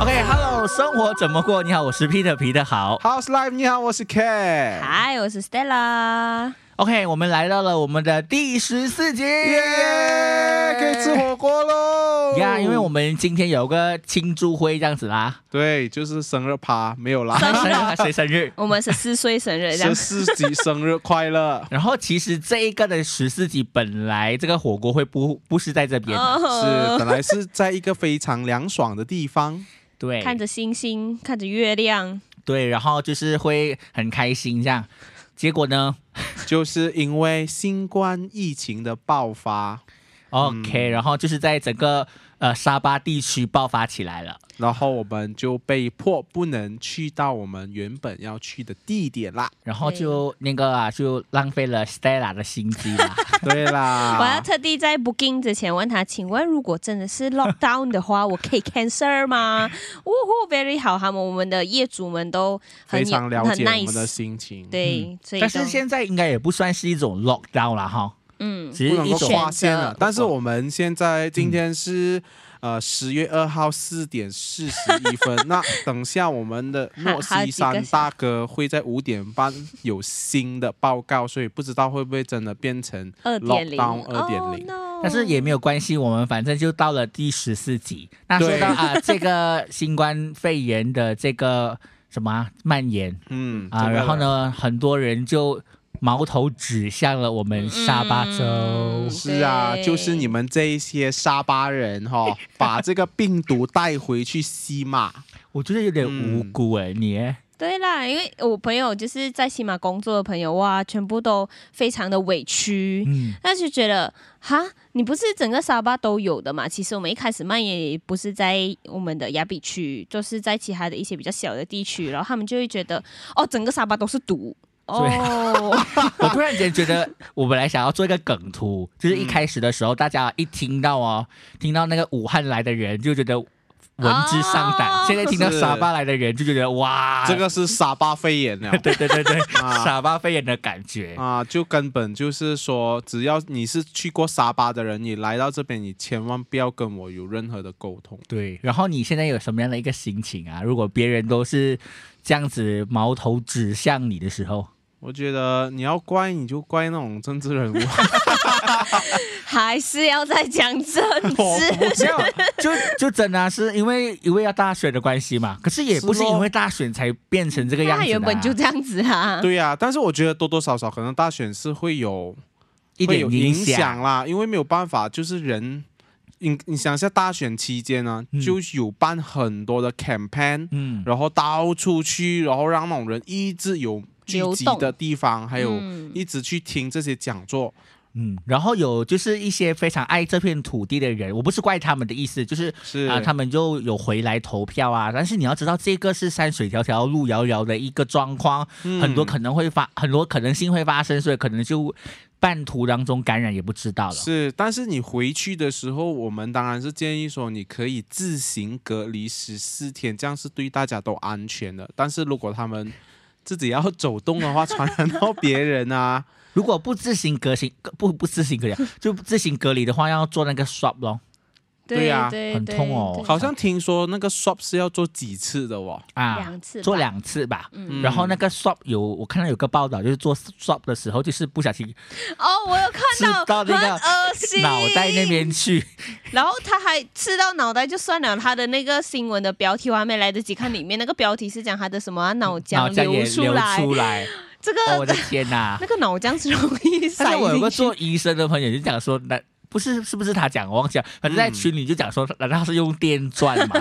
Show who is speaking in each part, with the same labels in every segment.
Speaker 1: 后生活怎么过？你好，我是 Peter 皮特好。
Speaker 2: House Live，你好，我是 K。
Speaker 3: 嗨，我是 Stella。
Speaker 1: OK，我们来到了我们的第十四集，
Speaker 2: 耶可以吃火锅喽！
Speaker 1: 呀因为我们今天有个庆祝会这样子啦，
Speaker 2: 对，就是生日趴没有啦，
Speaker 3: 生
Speaker 1: 生日谁生日？。
Speaker 3: 我 们十四岁生日这样
Speaker 2: 十。四级生日快乐
Speaker 1: 然后其实这一个的十四集本来这个火锅会不不是在这边的，
Speaker 2: 是，
Speaker 3: 哦，
Speaker 2: 本来是在一个非常凉爽的地方，
Speaker 1: 对，
Speaker 3: 看着星星，看着月亮，
Speaker 1: 对，然后就是会很开心这样。结果呢
Speaker 2: 就是因为新冠疫情的爆发，嗯
Speaker 1: ？OK，、然后就是在整个呃沙巴地区爆发起来了。
Speaker 2: 然后我们就被迫不能去到我们原本要去的地点啦。
Speaker 1: 然后
Speaker 3: 对
Speaker 1: 就那个啊，就浪费了 Stella 的心机啦。
Speaker 2: 对
Speaker 3: 我还
Speaker 2: 啦，
Speaker 3: 特地在 booking 之前问他，请问如果真 的是 lockdown 的话，我可以 cancel 吗？呜呼，very 好，他们我们的业主们都很
Speaker 2: 非
Speaker 3: 有
Speaker 2: 常了
Speaker 3: 很
Speaker 2: 解我们的嗯
Speaker 3: nice，
Speaker 2: 心情，
Speaker 3: 对，所以
Speaker 1: 但是
Speaker 3: 都
Speaker 1: 现在应该也不算是一种 lockdown 了哈，
Speaker 3: 嗯，
Speaker 1: 只
Speaker 2: 不
Speaker 1: 是
Speaker 2: 能
Speaker 1: 一
Speaker 2: 够
Speaker 1: 种
Speaker 2: 跨线
Speaker 3: 选
Speaker 2: 了
Speaker 3: 择。
Speaker 2: 但是我们现在今天是、
Speaker 1: 嗯
Speaker 2: 呃十月二号四点四十一 分，那等下我们的诺
Speaker 3: 还还有
Speaker 2: 西
Speaker 3: 几个
Speaker 2: 山大哥会在五点半有新的报告，所以不知道会不会真的变成
Speaker 3: 二点零
Speaker 1: 哦
Speaker 2: lockdown 二点零。
Speaker 1: 但是也没有关系，我们反正就到了第十四集。那说到啊、这个新冠肺炎的这个什么啊、蔓延
Speaker 2: 嗯
Speaker 1: 啊，
Speaker 2: 这个
Speaker 1: 然后呢，很多人就矛头指向了我们沙巴州。
Speaker 3: 嗯
Speaker 2: 是啊，
Speaker 3: 对
Speaker 2: 就是你们这一些沙巴人哈、 把这个病毒带回去西马，
Speaker 1: 我觉得有点无辜
Speaker 2: 嗯
Speaker 1: 哎、你欸
Speaker 3: 对啦，因为我朋友就是在西马工作的朋友，哇，全部都非常的委屈，
Speaker 1: 嗯，
Speaker 3: 那就觉得哈，你不是整个沙巴都有的嘛？其实我们一开始蔓延也不是在我们的雅比区，就是在其他的一些比较小的地区，然后他们就会觉得哦，整个沙巴都是毒哦，
Speaker 1: 我突然间觉得，我本来想要做一个梗图，就是一
Speaker 2: 嗯
Speaker 1: 开始的时候，大家一听到哦，听到那个武汉来的人就觉得闻之丧胆，
Speaker 3: 哦
Speaker 1: 现在听到
Speaker 2: 是
Speaker 1: 沙巴来的人就觉得哇，
Speaker 2: 这个是沙巴肺炎了。
Speaker 1: 哎 对对对对，
Speaker 2: 啊
Speaker 1: 沙巴肺炎的感觉。
Speaker 2: 啊，就根本就是说，只要你是去过沙巴的人，你来到这边，你千万不要跟我有任何的沟通。
Speaker 1: 对，然后你现在有什么样的一个心情啊？如果别人都是这样子矛头指向你的时 候，
Speaker 2: 我觉得你要怪你就怪那种政治 人物，
Speaker 3: 还是要再讲 政
Speaker 1: 哦
Speaker 3: 治。
Speaker 1: 没有，就就真的啊、是因为因为要大选的关系嘛。可是也不是
Speaker 2: 是咯
Speaker 1: 因为大选才变成这个样子、
Speaker 3: 他
Speaker 1: 啊，
Speaker 3: 原本就这样子啊，
Speaker 2: 对呀、但是我觉得多多少少可能大选是会有
Speaker 1: 一
Speaker 2: 会
Speaker 1: 点
Speaker 2: 有影响啦，因为没有办法，就是人，你你想一下大选期间呢、
Speaker 1: 嗯
Speaker 2: 就有办很多的 campaign，、
Speaker 1: 嗯，
Speaker 2: 然后到处去，然后让那种人一直有聚
Speaker 3: 流
Speaker 2: 集
Speaker 3: 动
Speaker 2: 的地方，还有
Speaker 3: 嗯
Speaker 2: 一直去听这些讲座。
Speaker 1: 嗯，然后有就是一些非常爱这片土地的人，我不是怪他们的意思，就是
Speaker 2: 是
Speaker 1: 啊、他们就有回来投票啊。但是你要知道，这个是山水迢迢路遥遥的一个状况，
Speaker 2: 嗯
Speaker 1: 很多可能会发，很多可能性会发生，所以可能就半途当中感染也不知道了。
Speaker 2: 是，但是你回去的时候，我们当然是建议说你可以自行隔离十四天，这样是对大家都安全的。但是如果他们自己要走动的话，传染到别人啊，
Speaker 1: 如果不自行隔行，不不自行隔离， 就自行隔离的话，要做那个 swab 咯。
Speaker 2: 对啊
Speaker 3: 对
Speaker 1: 很痛哦
Speaker 3: 对对
Speaker 2: 好像听说那个 swap 是要做几次的哦。
Speaker 1: 啊，
Speaker 3: 两次吧
Speaker 1: 做两次吧。
Speaker 2: 嗯
Speaker 1: 然后那个 swab 有，我看到有个报道，就是做 swab 的时候，就是不小心
Speaker 3: 哦，我有看
Speaker 1: 吃到
Speaker 3: 到，
Speaker 1: 那个
Speaker 3: 很恶心，
Speaker 1: 脑袋那边去。
Speaker 3: 然后他还吃到脑袋就算了，他的那个新闻的标题我还没来得及看，里面那个标题是讲他的什么啊、脑
Speaker 1: 脑
Speaker 3: 浆
Speaker 1: 浆哦也
Speaker 3: 出
Speaker 1: 流
Speaker 3: 来，
Speaker 1: 出来，
Speaker 3: 这个、
Speaker 1: 哦、我的天哪、
Speaker 3: 那个脑浆是容易
Speaker 1: 但
Speaker 3: 塞
Speaker 1: 是我有
Speaker 3: 进
Speaker 1: 个
Speaker 3: 去。
Speaker 1: 做医生的朋友就讲说，那不是是不是他讲，我忘记了，反
Speaker 3: 嗯
Speaker 1: 正在群里就讲说，难道他是用电钻 吗？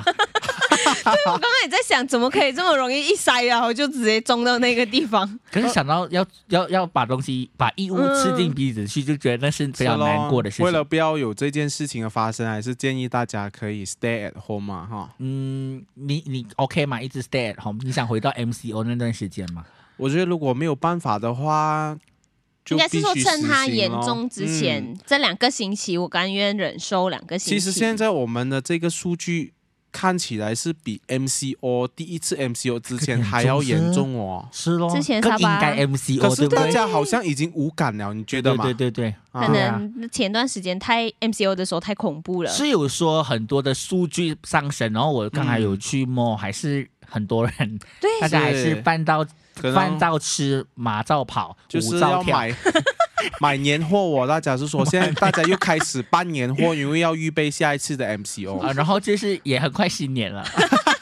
Speaker 3: 我刚刚也在想，怎么可以这么容易一塞，然后就直接中到那个地方？
Speaker 1: 可是想到要要要把东西把异物
Speaker 3: 嗯
Speaker 1: 吃进鼻子去，就觉得那是非常
Speaker 2: 是咯
Speaker 1: 难过的事
Speaker 2: 为
Speaker 1: 情。
Speaker 2: 了不要有这件事情的发生，还是建议大家可以 stay at home 嘛，哈。
Speaker 1: 嗯，你你 OK 吗？一直 stay at home，你想回到 MCO 那段时间吗？
Speaker 2: 我觉得如果没有办法的话， 就
Speaker 3: 应该是说
Speaker 2: 必须
Speaker 3: 趁他
Speaker 2: 实行
Speaker 3: 严
Speaker 2: 咯
Speaker 3: 重之前、
Speaker 2: 嗯
Speaker 3: 这两个星期，我甘愿忍受两个星
Speaker 2: 其
Speaker 3: 期。
Speaker 2: 实现在我们的这个数据看起来是比 MCO 第一次 MCO 之前还要严重哦。
Speaker 1: 是咯，
Speaker 3: 之前
Speaker 1: 更
Speaker 3: 沙
Speaker 1: 应
Speaker 3: 巴
Speaker 1: 该 MCO
Speaker 2: 可
Speaker 1: 对
Speaker 2: 是
Speaker 1: 不
Speaker 2: 大
Speaker 1: 对？
Speaker 2: 家好像已经无感了，你觉得
Speaker 1: 对
Speaker 2: 吗？
Speaker 1: 对对对，
Speaker 3: 可
Speaker 1: 对啊
Speaker 3: 能前段时间太 MCO 的时候太恐怖了，
Speaker 1: 是有说很多的数据上升，然后我刚才
Speaker 3: 嗯
Speaker 1: 有去摸，还是很多人，
Speaker 3: 对
Speaker 1: 大家还是
Speaker 2: 是
Speaker 1: 饭到
Speaker 2: 可能
Speaker 1: 饭到吃，马照跑，
Speaker 2: 就是
Speaker 1: 舞照
Speaker 2: 要
Speaker 1: 跳。
Speaker 2: 买 买年货哦。大家是说，现在大家又开始办年货，因为要预备下一次的 MCO。
Speaker 1: 啊，然后就是也很快新年了，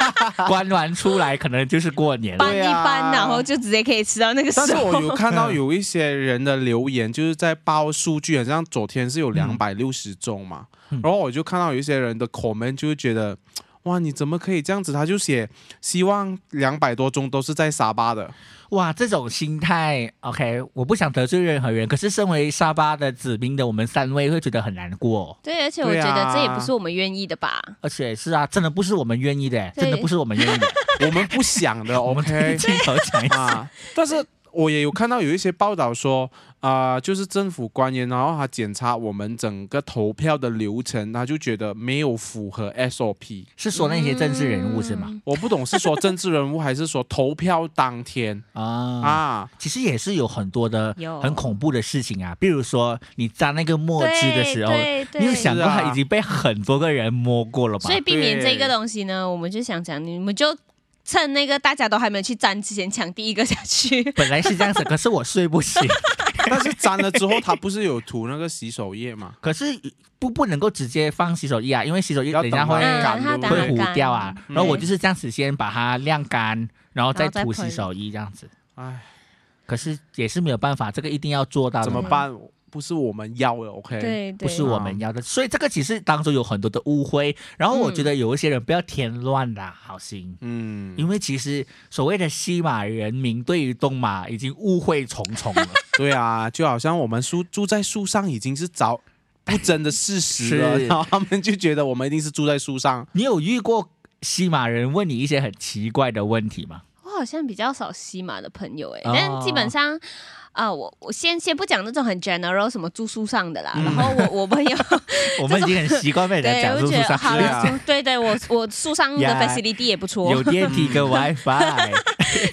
Speaker 1: 关完出来可能就是过年了。
Speaker 3: 搬
Speaker 2: 对
Speaker 3: 一
Speaker 2: 啊
Speaker 3: 搬，然后就直接可以吃到那个时
Speaker 2: 但是我
Speaker 3: 候。
Speaker 2: 有 看
Speaker 1: 嗯
Speaker 2: 到有一些人的留言，就是在报数据，好像昨天是有两
Speaker 1: 嗯
Speaker 2: 百六十宗嘛，然后我就看到有一些人的 comment 就会觉得。哇，你怎么可以这样子？他就写希望两百多宗都是在沙 巴的，
Speaker 1: 哇，这种心态，OK，我不想得罪任何人，可是身为沙巴的子民的我们三位会觉得很难过，
Speaker 3: 对，而且我
Speaker 2: 对
Speaker 3: 觉
Speaker 2: 啊
Speaker 3: 得这也不是我们愿意的吧？
Speaker 1: 而且是啊，真的不是我们愿意的，
Speaker 3: 对
Speaker 1: 真的不是我们愿意 的。
Speaker 2: 我们不想的
Speaker 1: 我们
Speaker 2: ，OK
Speaker 1: 镜头讲一下，
Speaker 2: 啊。但是我也有看到有一些报道说，啊、就是政府官员，然后他检查我们整个投票的流程，他就觉得没有符合 SOP。
Speaker 1: 是说那些政治人物是吗？
Speaker 2: 我不懂是说政治人物，还是说投票当天
Speaker 1: 啊。
Speaker 2: 啊？
Speaker 1: 其实也是有很多的
Speaker 3: 嗯有
Speaker 1: 很恐怖的事情啊，比如说你沾那个墨汁的时候，
Speaker 3: 对对
Speaker 1: 你有想过
Speaker 2: 是啊
Speaker 1: 它已经被很多个人摸过了吧
Speaker 3: 所？以避免
Speaker 2: 对
Speaker 3: 这个东西呢，我们就想讲，你们就趁那个大家都还没有去沾之前，抢第一个下去。
Speaker 1: 本来是这样 子，可是我睡不醒，
Speaker 2: 但是沾了之后，他不是有涂那个洗手液吗？
Speaker 1: 可是不不能够直接放洗手液啊，因为洗手液
Speaker 2: 要
Speaker 1: 等一下
Speaker 2: 等
Speaker 1: 会
Speaker 2: 它
Speaker 3: 嗯，
Speaker 2: 干
Speaker 3: 它
Speaker 2: 对不
Speaker 3: 打
Speaker 2: 对
Speaker 1: 会
Speaker 3: 完
Speaker 1: 糊
Speaker 3: 干
Speaker 1: 掉啊。
Speaker 2: 嗯
Speaker 1: 然后我就是这样子先把它晾干，然后再
Speaker 3: 然后再
Speaker 1: 涂
Speaker 3: 喷
Speaker 1: 洗手液这样子。
Speaker 2: 哎，
Speaker 1: 可是也是没有办法，这个一定要做到的
Speaker 2: 怎么
Speaker 1: 嘛
Speaker 2: 办？不是我们要的，OK？
Speaker 3: 对嗯
Speaker 1: 不
Speaker 3: 对，
Speaker 1: 是我们要的，所以这个其实当中有很多的误会。然后我
Speaker 3: 嗯
Speaker 1: 觉得有一些人不要添乱啦，好心。
Speaker 2: 嗯，
Speaker 1: 因为其实所谓的西马人民对于东马已经误会重重了，
Speaker 2: 对啊，就好像我们住住在树上已经是早不争的事实了，
Speaker 1: 是
Speaker 2: 然后他们就觉得我们一定是住在树上。
Speaker 1: 你有遇过西马人问你一些很奇怪的问题 吗？
Speaker 3: 我好像比较少西马的朋友哎、
Speaker 1: 哦
Speaker 3: 但基本上。啊、我我先先不讲那种很 general 什么住宿上的啦，
Speaker 2: 嗯
Speaker 3: 然后我我朋友
Speaker 1: 我们已经很习惯 被人家
Speaker 3: 对，
Speaker 1: 讲
Speaker 3: 我
Speaker 1: 述
Speaker 3: 就
Speaker 1: 书
Speaker 3: 觉得
Speaker 1: 上
Speaker 3: 好
Speaker 2: 对啊
Speaker 3: 了，对对，我我树上的
Speaker 1: Yeah
Speaker 3: facility 也不 错，
Speaker 1: 有电梯跟 WiFi，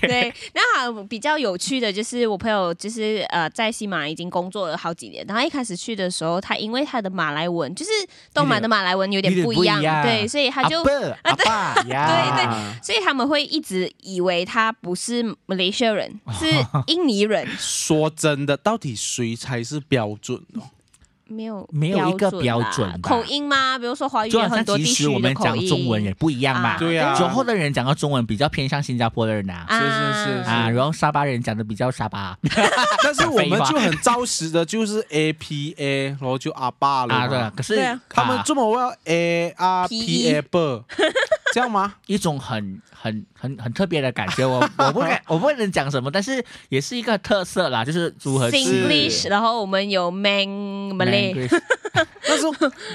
Speaker 3: 对，那好比较有趣的就是我朋友就是呃在西马已经工作了好几年，然后一开始去的时候，他因为他的马来文就是东马的马来文有点
Speaker 1: 有点
Speaker 3: 不一样，啊
Speaker 1: 不一样
Speaker 3: 对，所以 他就
Speaker 1: 阿。伯阿爸
Speaker 3: 对
Speaker 1: 呀，
Speaker 2: 啊
Speaker 3: 所以他们会一直以为他不是马来西亚人，是印尼人，
Speaker 2: 说真的，到底谁才是标准哦？
Speaker 3: 没有
Speaker 1: 没有一个
Speaker 3: 标
Speaker 1: 标
Speaker 3: 准啦
Speaker 1: 准吧
Speaker 3: 口音吗？比如说华语
Speaker 1: 就
Speaker 3: 有
Speaker 1: 好
Speaker 3: 很
Speaker 1: 像
Speaker 3: 多
Speaker 1: 其
Speaker 3: 地
Speaker 1: 实我
Speaker 3: 区
Speaker 1: 们
Speaker 3: 的口
Speaker 1: 讲
Speaker 3: 音，
Speaker 1: 中文也不一样嘛，
Speaker 2: 对啊
Speaker 1: 酒后的人讲到中文比较偏向新加坡的人啊。
Speaker 3: 啊
Speaker 2: 是是是
Speaker 1: 啊，然后沙巴人讲的比较沙 巴
Speaker 2: 但是我
Speaker 1: 废
Speaker 2: 们
Speaker 1: 话
Speaker 2: 就很照实的，就是 A P A，然后就阿爸了嘛。
Speaker 1: 啊，对，可是
Speaker 3: 对啊
Speaker 2: 他们
Speaker 1: 啊
Speaker 2: 这么要 A R P A 不，这样吗？
Speaker 1: 一种很很很很特别的感觉，我我不 敢，我不能讲什么，但是也是一个特色啦，就是组合
Speaker 2: 是
Speaker 3: English，然后我们有 Man Malay，
Speaker 1: Manglish
Speaker 2: 但是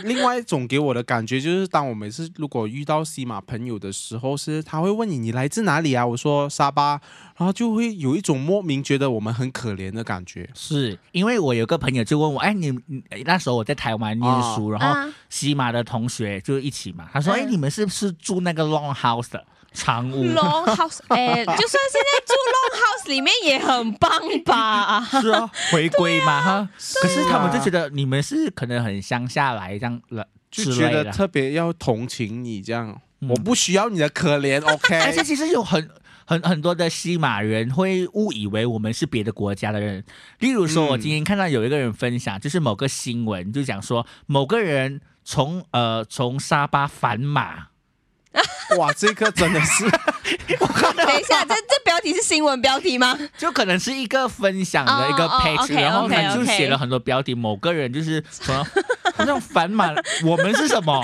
Speaker 2: 另外一种给我的感觉就是，当我每次如果遇到西马朋友的时候，是他会问你你来自哪里啊？我说沙巴，然后就会有一种莫名觉得我们很可怜的感觉。
Speaker 1: 是因为我有个朋友就问我，哎，你你那时候我在台湾念
Speaker 2: 哦
Speaker 1: 书，然后
Speaker 3: 啊
Speaker 1: 西马的同学就一起嘛，他说，
Speaker 3: 嗯
Speaker 1: 哎，你们是不是住那个 long house 的长屋？
Speaker 3: Long House，哎、就算现在住 Long House 里面也很棒 吧？
Speaker 1: 是啊，回归嘛哈。可是他们
Speaker 2: 啊
Speaker 1: 就觉得你们是可能很乡下来这样了之
Speaker 2: 就觉
Speaker 1: 类
Speaker 2: 得
Speaker 1: 的。
Speaker 2: 特别要同情你这样，
Speaker 1: 嗯哎
Speaker 2: 我不需要你的可怜
Speaker 1: 而且
Speaker 2: ，OK？
Speaker 1: 其实有很很很多的西马人会误以为我们是别的国家的人，例如说，
Speaker 2: 嗯
Speaker 1: 我今天看到有一个人分享，就是某个新闻，就讲说某个人从呃从沙巴返马，
Speaker 2: 哇，这个真的是
Speaker 3: 等一下，这这标题是新闻标题吗？
Speaker 1: 就可能是一个分享的一个
Speaker 3: 哦哦
Speaker 1: page，、
Speaker 3: OK，
Speaker 1: 然后他
Speaker 3: OK，OK
Speaker 1: 就写了很多标题，某个人就是什么 好像返马，我们是什么？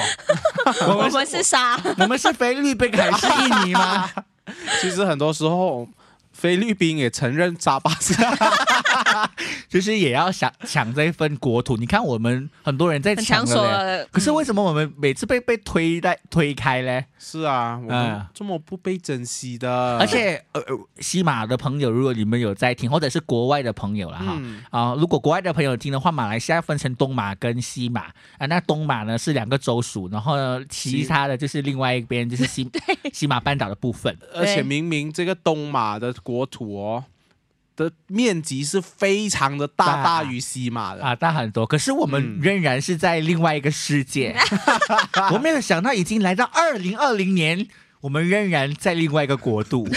Speaker 1: 我
Speaker 3: 我
Speaker 1: 们
Speaker 3: 们是沙，
Speaker 1: 我们是菲律宾还是印尼 吗？
Speaker 2: 啊 其实很多时候。菲律宾也承认沙巴是
Speaker 1: 就是也要想抢这一份国土。你看我们很多人在
Speaker 3: 很
Speaker 1: 抢
Speaker 3: 抢
Speaker 1: 的
Speaker 3: 手
Speaker 1: 嘞，
Speaker 3: 了。
Speaker 1: 可是
Speaker 3: 嗯
Speaker 1: 为什么我们每次被被推在推开嘞？
Speaker 2: 是啊，我们
Speaker 1: 嗯
Speaker 2: 这么不被珍惜的，
Speaker 1: 而且呃，呃西马的朋友，如果你们有在听，或者是国外的朋友了哈。
Speaker 2: 嗯，
Speaker 1: 啊、如果国外的朋友听的话，马来西亚分成东马跟西马啊，那东马呢是两个州属，然后呢其
Speaker 2: 西
Speaker 1: 他的就是另外一边就是西西马半岛的部分。
Speaker 2: 而且明明这个东马的国土哦的面积是非常的大，
Speaker 1: 大
Speaker 2: 大于西马的。
Speaker 1: 啊，大很多。可是我们
Speaker 2: 嗯
Speaker 1: 仍然是在另外一个世界。 我没有想到，已经来到二零二零年，我们仍然在另外一个国度。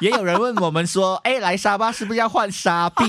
Speaker 1: 也有人问我们说：“哎，来沙巴是不是要换沙币？”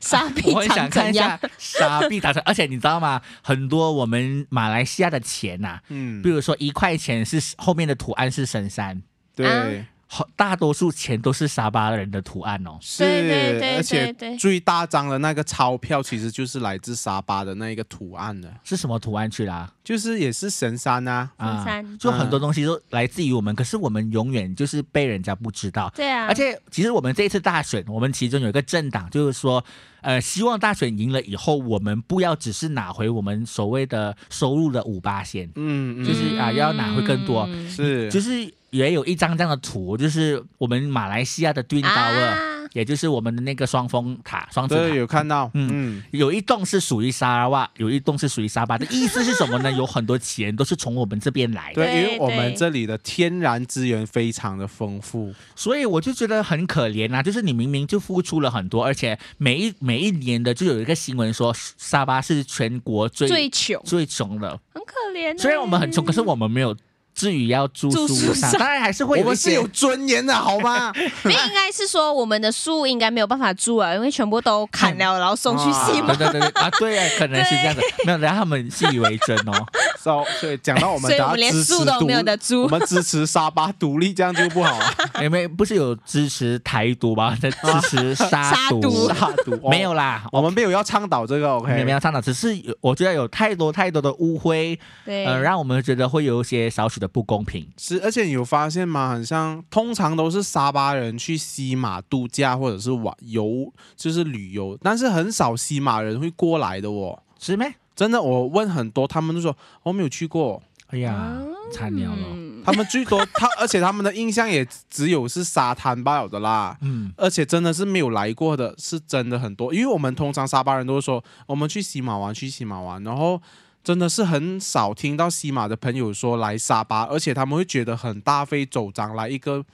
Speaker 3: 沙币
Speaker 1: 我很想
Speaker 3: 长
Speaker 1: 看
Speaker 3: 怎
Speaker 1: 一
Speaker 3: 样
Speaker 1: 下？沙币打成。而且你知道吗？很多我们马来西亚的钱呐、
Speaker 2: 嗯
Speaker 3: 啊
Speaker 1: 比，如说一块钱是后面的图案是神山，
Speaker 2: 对，
Speaker 1: 好，大多数钱都是沙巴人的图案哦。
Speaker 2: 是，
Speaker 3: 对对对
Speaker 2: 而
Speaker 3: 对
Speaker 2: 且
Speaker 3: 对
Speaker 2: 最大张的那个钞票其实就是来自沙巴的那一个图案的，
Speaker 1: 是什么图案去啦？
Speaker 2: 就是也是神山啊。
Speaker 1: 啊
Speaker 3: 神山
Speaker 1: 就很多东西都来自于我们，可是我们永远就是被人家不知道。
Speaker 3: 对啊，
Speaker 1: 而且，其实我们这一次大选，我们其中有一个政党就是说，呃，希望大选赢了以后，我们不要只是拿回我们所谓的收入的五八线，
Speaker 2: 嗯，嗯
Speaker 1: 就是啊要拿回更多
Speaker 3: 嗯
Speaker 2: 是，
Speaker 1: 就是也有一张这样的图，就是我们马来西亚的 Twin Tower，、
Speaker 3: 啊，
Speaker 1: 也就是我们的那个双峰塔、双子
Speaker 2: 对，
Speaker 1: 塔。
Speaker 2: 有看到，
Speaker 1: 嗯
Speaker 2: 嗯，
Speaker 1: 有一栋是属于沙拉瓦，有一栋是属于沙巴的意思是什么呢？有很多钱都是从我们这边来的。
Speaker 2: 对，因
Speaker 3: 对
Speaker 2: 为我们
Speaker 3: 对
Speaker 2: 这里的天然资源非常的丰富，
Speaker 1: 所以我就觉得很可怜啊，就是你明明就付出了很多，而且每一每一年的就有一个新闻说沙巴是全国最
Speaker 3: 最穷，
Speaker 1: 最穷的，
Speaker 3: 很可怜欸。
Speaker 1: 虽然我们很穷，可是我们没有至于要住
Speaker 3: 住
Speaker 1: 宿
Speaker 3: 宿
Speaker 1: 上，
Speaker 3: 上
Speaker 1: 当然还是会
Speaker 2: 我
Speaker 1: 有一
Speaker 2: 们是
Speaker 1: 些
Speaker 2: 有尊严的好 吗？
Speaker 3: 没有应该是说我们的树应该没有办法住啊，因为全部都砍了，
Speaker 1: 啊
Speaker 3: 然后送去西马
Speaker 1: 对。对对对啊，对啊，可能是这样子，没有，然后他们信以为真哦。
Speaker 2: so, 所以讲到我们，
Speaker 3: 所以我
Speaker 2: 大
Speaker 3: 们
Speaker 2: 家
Speaker 3: 连
Speaker 2: 支持
Speaker 3: 树都
Speaker 2: 独
Speaker 3: 没有得
Speaker 2: 我
Speaker 3: 住，
Speaker 2: 们支持沙巴独立，这样就不好啊。
Speaker 1: 你们不是哎有支持台独吗？在支持
Speaker 3: 杀
Speaker 1: 杀
Speaker 3: 毒
Speaker 2: 大独 哦
Speaker 1: 没有啦，
Speaker 2: 我 们没有要倡导这个
Speaker 1: 没
Speaker 2: ，OK？
Speaker 1: 有没有倡导，只是有我觉得有太多太多的误会，
Speaker 3: 对，
Speaker 1: 呃，让我们觉得会有一些少许的不公平。
Speaker 2: 是，而且你有发现吗？很像，通常都是沙巴人去西马度假或者是玩游，就是旅游，但是很少西马人会过来的哦。
Speaker 1: 是咩？
Speaker 2: 真的，我问很多，他们都说我没有去过。
Speaker 1: 哎呀，惨了咯。
Speaker 3: 嗯
Speaker 2: 他们最多他，而且他们的印象也只有是沙滩罢了的啦。
Speaker 1: 嗯，
Speaker 2: 而且真的是没有来过的，是真的很多。因为我们通常沙巴人都会说，我们去西马玩，去西马玩，然后真的是很少听到西马的朋友说来沙巴，而且他们会觉得很大费周章，来一个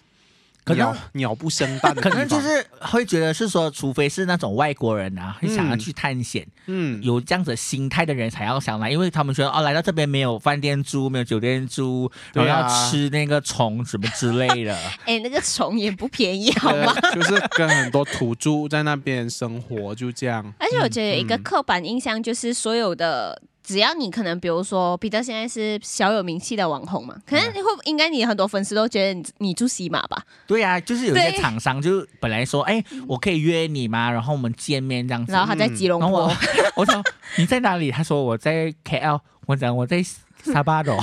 Speaker 1: 可能
Speaker 2: 鸟鸟不生蛋的地
Speaker 1: 可
Speaker 2: 方，
Speaker 1: 能就是会觉得是说，除非是那种外国人啊，会想要
Speaker 2: 嗯
Speaker 1: 去探险，
Speaker 2: 嗯，
Speaker 1: 有这样子心态的人才要想来，因为他们觉得哦，来到这边没有饭店住，没有酒店住，然后
Speaker 2: 对啊
Speaker 1: 要吃那个虫什么之类 的。
Speaker 3: 哎，那个虫也不便宜，好吗？
Speaker 2: 对就是跟很多土著在那边生活，就这样。
Speaker 3: 而且我觉得有一个
Speaker 2: 嗯
Speaker 3: 刻板印象就是所有的。只要你可能，比如说彼得现在是小有名气的网红嘛，可能你会应该你很多粉丝都觉得你你住西马吧，
Speaker 1: 对呀、就是有一些
Speaker 3: 对
Speaker 1: 厂商就本来说，哎，我可以约你吗？然后我们见面这
Speaker 2: 嗯
Speaker 1: 样子。
Speaker 3: 然后他在吉隆
Speaker 1: 然后
Speaker 3: 坡
Speaker 2: 哦
Speaker 1: 我，我讲你在哪里？他说我在 KL，我讲我在沙巴 的哦，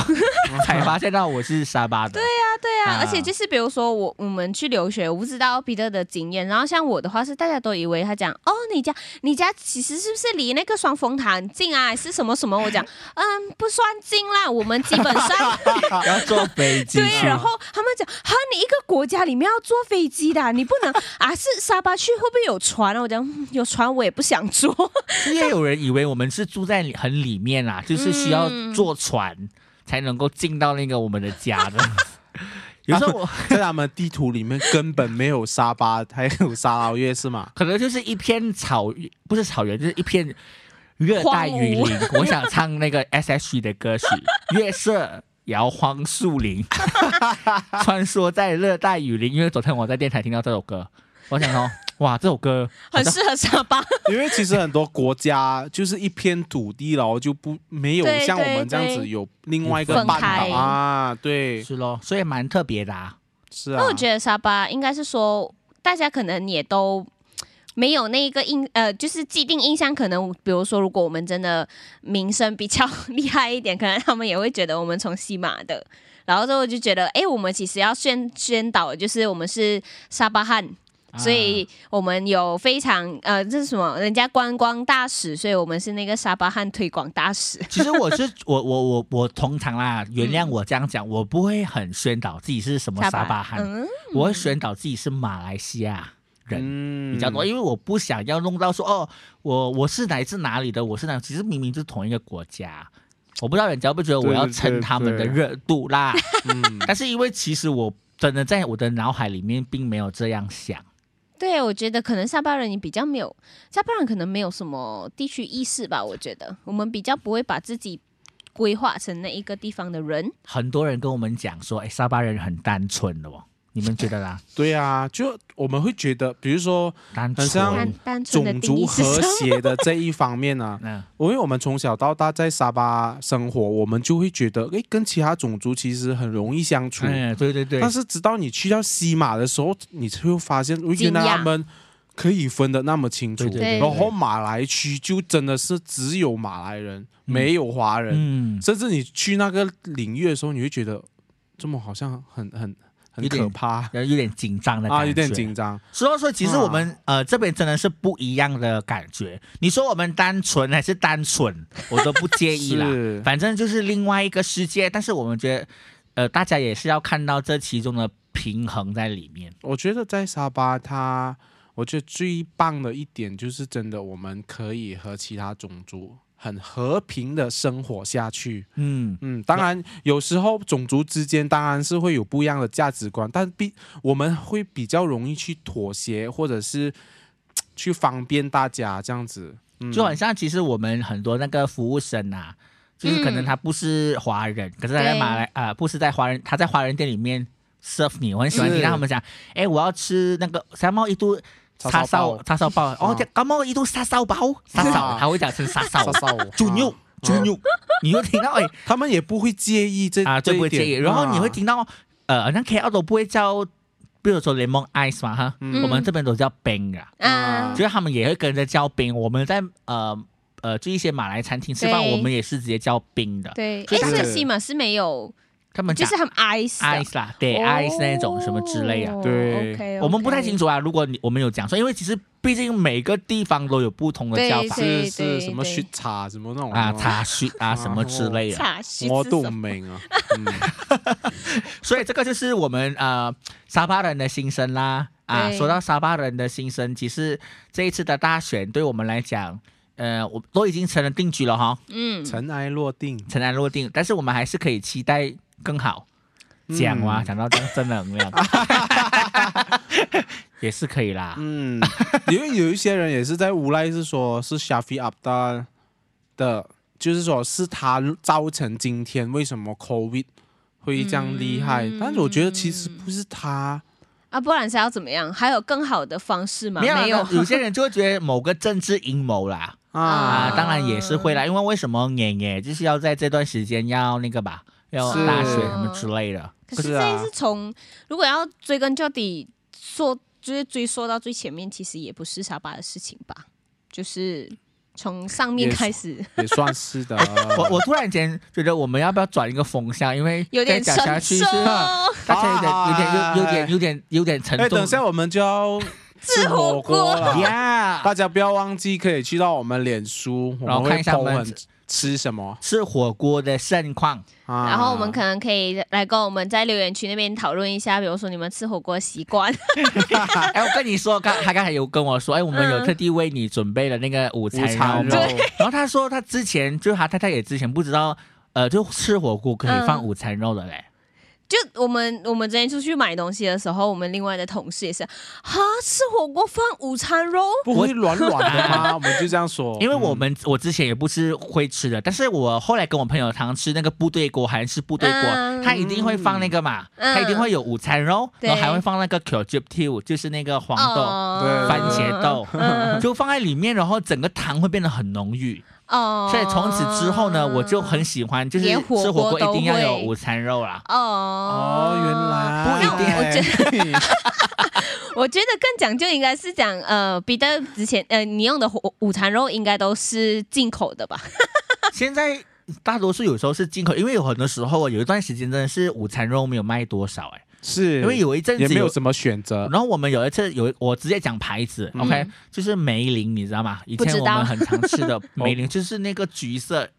Speaker 1: 才发现到我是沙巴的。对呀、
Speaker 3: 对啊，
Speaker 1: 啊
Speaker 3: 而且就是比如说我我们去留学，我不知道彼得的经验，然后像我的话是大家都以为他讲哦，你家你家其实是不是离那个双峰塔很近啊，还是什么什么？我讲嗯不算近啦，我们基本上
Speaker 1: 要坐飞机
Speaker 3: 啊对，啊
Speaker 1: 去。
Speaker 3: 然后他们讲哈你一个国家里面要坐飞机的啊、你不能 啊是沙巴去会不会有船啊？我讲嗯有船我也不想坐，
Speaker 1: 也有人以为我们是住在很里面啦，就是需要坐船才能够进到那个我们的家的。嗯 有时候我
Speaker 2: 在他们地图里面根本没有沙巴，还有沙捞越是吗？
Speaker 1: 可能就是一片草，不是草原，就是一片热带雨林。我想唱那个 S H E 的歌曲《月色摇晃树 林》，穿梭在热带雨林。因为昨天我在电台听到这首歌，我想说，哇，这首歌好
Speaker 3: 很
Speaker 1: 像
Speaker 3: 适合沙巴。
Speaker 2: 因为其实很多国家就是一片土地了，就不没有
Speaker 3: 对
Speaker 2: 像我们
Speaker 3: 对
Speaker 2: 这样子
Speaker 3: 对
Speaker 2: 有另外一个
Speaker 1: 分
Speaker 2: 半
Speaker 3: 开
Speaker 2: 岛啊，对，
Speaker 1: 是咯，所以蛮特别的、啊。
Speaker 2: 是啊。
Speaker 3: 那我觉得沙巴应该是说，大家可能也都没有那一个印呃，就是既定印象。可能比如说，如果我们真的名声比较厉害一点，可能他们也会觉得我们从西马的。然后之后就觉得，哎，我们其实要宣宣导，就是我们是沙巴汉，
Speaker 1: 啊
Speaker 3: 所以我们有非常呃，这是什么？人家观光大使，所以我们是那个沙巴汉推广大使。
Speaker 1: 其实我 是我我我我通常啦，
Speaker 2: 嗯
Speaker 1: 原谅我这样讲，我不会很宣导自己是什么沙巴汉，
Speaker 3: 嗯，
Speaker 1: 我会宣导自己是马来西亚人。
Speaker 2: 嗯
Speaker 1: 比较多，因为我不想要弄到说哦，我我是来自哪里的，我是哪，其实明明是同一个国家，我不知道人家会不会觉得我要蹭他们的热度啦。
Speaker 2: 嗯
Speaker 1: 但是因为其实我真的在我的脑海里面并没有这样想，
Speaker 3: 对，我觉得可能沙巴人也比较没有，沙巴人可能没有什么地区意识吧。我觉得我们比较不会把自己规划成那一个地方的人。
Speaker 1: 很多人跟我们讲说，哎，沙巴人很单纯的哦，你们觉得啦？
Speaker 2: 对啊，就我们会觉得，比如说
Speaker 1: 单
Speaker 2: 很像
Speaker 3: 单
Speaker 1: 纯，
Speaker 3: 单纯的
Speaker 2: 种
Speaker 3: 定义
Speaker 2: 族
Speaker 3: 是
Speaker 2: 和
Speaker 3: 什么？
Speaker 2: 谐的这一方面呢、
Speaker 1: 嗯，
Speaker 2: 因为我们从小到大在沙巴生活，我们就会觉得，诶，跟其他种族其实很容易相处。
Speaker 1: 嗯，对对对
Speaker 2: 但，是直到你去到西马的时候，你才会发现，哦
Speaker 3: 惊
Speaker 2: 原
Speaker 3: 讶
Speaker 2: 来他们可以分得那么清楚。
Speaker 1: 对对
Speaker 3: 对
Speaker 2: 然后马来区就真的是只有马来人，
Speaker 1: 嗯
Speaker 2: 没有华人。
Speaker 1: 嗯，
Speaker 2: 甚至你去那个领域的时候，你会觉得，这么好像很很很
Speaker 1: 有点
Speaker 2: 可怕
Speaker 1: 有点紧张的感觉，
Speaker 2: 啊，有点紧张。
Speaker 1: 所以说，其实我们、呃这边真的是不一样的感觉。你说我们单纯还是单纯，我都不介意啦。
Speaker 2: 是
Speaker 1: 反正 就是另外一个世界，但是我们觉得，呃，大家也是要看到这其中的平衡在里面。
Speaker 2: 我觉得在沙巴它，我觉得最棒的一点就是，真的我们可以和其他种族很和平的生活下去。
Speaker 1: 嗯，
Speaker 2: 嗯，当然有时候种族之间当然是会有不一样的价值观，但比我们会比较容易去妥协，或者是嘖去方便大家这样子。嗯，
Speaker 1: 就很像，其实我们很多那个服务生啊，就是可能他不是华人，可是他在
Speaker 3: 对
Speaker 1: 马来啊、不是在华人，他在华人店里面 serve 你，我很喜欢
Speaker 2: 是
Speaker 1: 听到他们讲，哎，我要吃那个三毛一度。
Speaker 2: 叉
Speaker 1: 叉
Speaker 2: 烧
Speaker 1: 烧
Speaker 2: 包
Speaker 1: 叉烧包，哦
Speaker 2: 啊，
Speaker 1: 这感冒一度叉烧包，叉烧，
Speaker 2: 啊
Speaker 1: 他会讲成叉烧哦
Speaker 2: 骚，骚我
Speaker 1: 猪肉
Speaker 2: 啊，
Speaker 1: 猪肉，你会听到哎
Speaker 2: 他们也不会介意 这
Speaker 1: 啊，
Speaker 2: 这
Speaker 1: 对
Speaker 2: 一
Speaker 1: 不会介
Speaker 2: 点
Speaker 1: 意。然后你会
Speaker 2: 啊
Speaker 1: 听到呃，好像 KL 都不会叫，比如说 lemon ice 嘛哈，
Speaker 2: 嗯
Speaker 1: 我们这边都叫冰啊，
Speaker 3: 啊
Speaker 2: 嗯
Speaker 1: 就是他们也会跟着叫冰。我们在呃呃，就一些马来餐厅吃饭，
Speaker 3: 对
Speaker 1: 我们也是直接叫冰的，
Speaker 3: 对，
Speaker 1: 所
Speaker 3: 哎，
Speaker 1: 以大
Speaker 3: 所
Speaker 1: 家
Speaker 3: 以西马是没有，
Speaker 1: 他们
Speaker 3: 就
Speaker 1: 讲
Speaker 3: 是很哦 ice 的哦
Speaker 1: ice 啦，对 ice 那种什么之类啊。
Speaker 2: 对
Speaker 3: o k
Speaker 1: 我们不太清
Speaker 3: 楚。
Speaker 1: 楚啊，如果你我们有讲说，因为其实毕竟每个地方都有不同的
Speaker 3: 对
Speaker 1: 叫法
Speaker 3: 对
Speaker 2: 是是什么
Speaker 3: 对
Speaker 2: 血茶什么那种
Speaker 1: 啊， 茶叙啊什么之类的。
Speaker 3: 茶是
Speaker 2: 我
Speaker 3: 是
Speaker 2: 都
Speaker 3: 什么
Speaker 2: 明啊，嗯
Speaker 1: 所以这个就是我们呃沙巴人的心声啦啊。
Speaker 3: 对
Speaker 1: 说到沙巴人的心声，其实这一次的大选对我们来讲，呃，我都已经成了定局了哈，
Speaker 3: 嗯，
Speaker 2: 尘埃落定。
Speaker 1: 尘埃落定。但是我们还是可以期待更好。讲哇、
Speaker 2: 嗯
Speaker 1: 讲到这样正能量，也是可以啦。
Speaker 2: 嗯， 因为有一些人也是在无赖，是说是 Shafi Abda 的，就是说是他造成今天为什么 COVID 会这样厉害。
Speaker 3: 嗯
Speaker 2: 但是我觉得其实不是他，
Speaker 3: 啊，不然是要怎么样？还有更好的方式吗？
Speaker 1: 没有啦，啊
Speaker 3: 没有
Speaker 1: 那，有些人就会觉得某个政治阴谋啦啊
Speaker 3: 啊，
Speaker 1: 当然也是会啦，因为为什么年年就是要在这段时间要那个吧，要
Speaker 2: 是
Speaker 1: 大选什么之类的，
Speaker 3: 可是
Speaker 2: 是
Speaker 3: 这
Speaker 2: 啊
Speaker 3: 是从、如果要追根究底说，就是追溯到最前面，其实也不是沙巴的事情吧，就是从上面
Speaker 2: 也是
Speaker 3: 开始。
Speaker 2: 也算是的。
Speaker 1: 我我突然间觉得我们要不要转一个风向，因为
Speaker 3: 有
Speaker 1: 再
Speaker 3: 点
Speaker 1: 讲
Speaker 3: 生
Speaker 1: 下去是
Speaker 3: 疏，
Speaker 1: 大家
Speaker 2: 啊
Speaker 1: 有点有点有点有点有点沉
Speaker 2: 哎，
Speaker 1: 重。
Speaker 2: 等一下我们 就要吃火锅了，
Speaker 1: 呀，
Speaker 2: 大家不要忘记可以去到我们脸书，我
Speaker 1: 然后
Speaker 2: 们
Speaker 1: 看
Speaker 2: 会
Speaker 1: 一下
Speaker 2: po
Speaker 1: 我们
Speaker 2: 很吃什么。
Speaker 1: 吃火锅的盛况，
Speaker 2: 啊
Speaker 3: 然后我们可能可以来跟我们在留言区那边讨论一下，比如说你们吃火锅习惯，
Speaker 1: 哎，我跟你说，刚他刚才有跟我说，哎，我们
Speaker 3: 嗯
Speaker 1: 有特地为你准备了那个午餐
Speaker 2: 午餐
Speaker 1: 肉
Speaker 2: 肉，
Speaker 1: 然后他说他之前就他太太也之前不知道，呃，就吃火锅可以
Speaker 3: 嗯
Speaker 1: 放午餐肉的嘞，
Speaker 3: 就我们我们之前出去买东西的时候，我们另外的同事也是，哈，吃火锅放午餐肉，
Speaker 2: 不会软软的 吗？我们就这样说，
Speaker 1: 因为我们我之前也不是会吃的，但是我后来跟我朋友常吃那个部队锅，韩式部队锅，
Speaker 3: 嗯
Speaker 1: 他一定会放那个嘛，
Speaker 3: 嗯
Speaker 1: 他一定会有午餐肉，
Speaker 3: 对
Speaker 1: 然后还会放那个 q j i p t u 就是那个黄豆、
Speaker 3: 哦嗯
Speaker 2: 对
Speaker 1: 番茄豆，就放在里面，然后整个汤会变得很浓郁。
Speaker 3: 哦，
Speaker 1: 所以从此之后呢，我就很喜欢，就是
Speaker 3: 连
Speaker 1: 吃
Speaker 3: 火锅
Speaker 1: 火锅一
Speaker 3: 都
Speaker 1: 定要有
Speaker 3: 会
Speaker 1: 午餐肉啦。
Speaker 3: 哦
Speaker 2: 哦，原来
Speaker 1: 不一定
Speaker 3: 那我觉
Speaker 2: 定，我觉得
Speaker 3: 我觉得更讲究应该是讲，呃，彼得之前，呃，你用的火午餐肉应该都是进口的吧？
Speaker 1: 现在大多数有时候是进口，因为有很多时候有一段时间真的是午餐肉没有卖多少哎、
Speaker 2: 是
Speaker 1: 因为有一阵
Speaker 2: 也
Speaker 1: 子
Speaker 2: 没有
Speaker 1: 有。
Speaker 2: 什么选择，
Speaker 1: 然后我们有一次有我直接讲牌子、
Speaker 2: 嗯
Speaker 1: o k 就是梅林，你知道吗？以
Speaker 3: 不
Speaker 1: 前
Speaker 3: 知
Speaker 1: 我
Speaker 3: 道
Speaker 1: 们很常吃的 梅林，就是那个橘色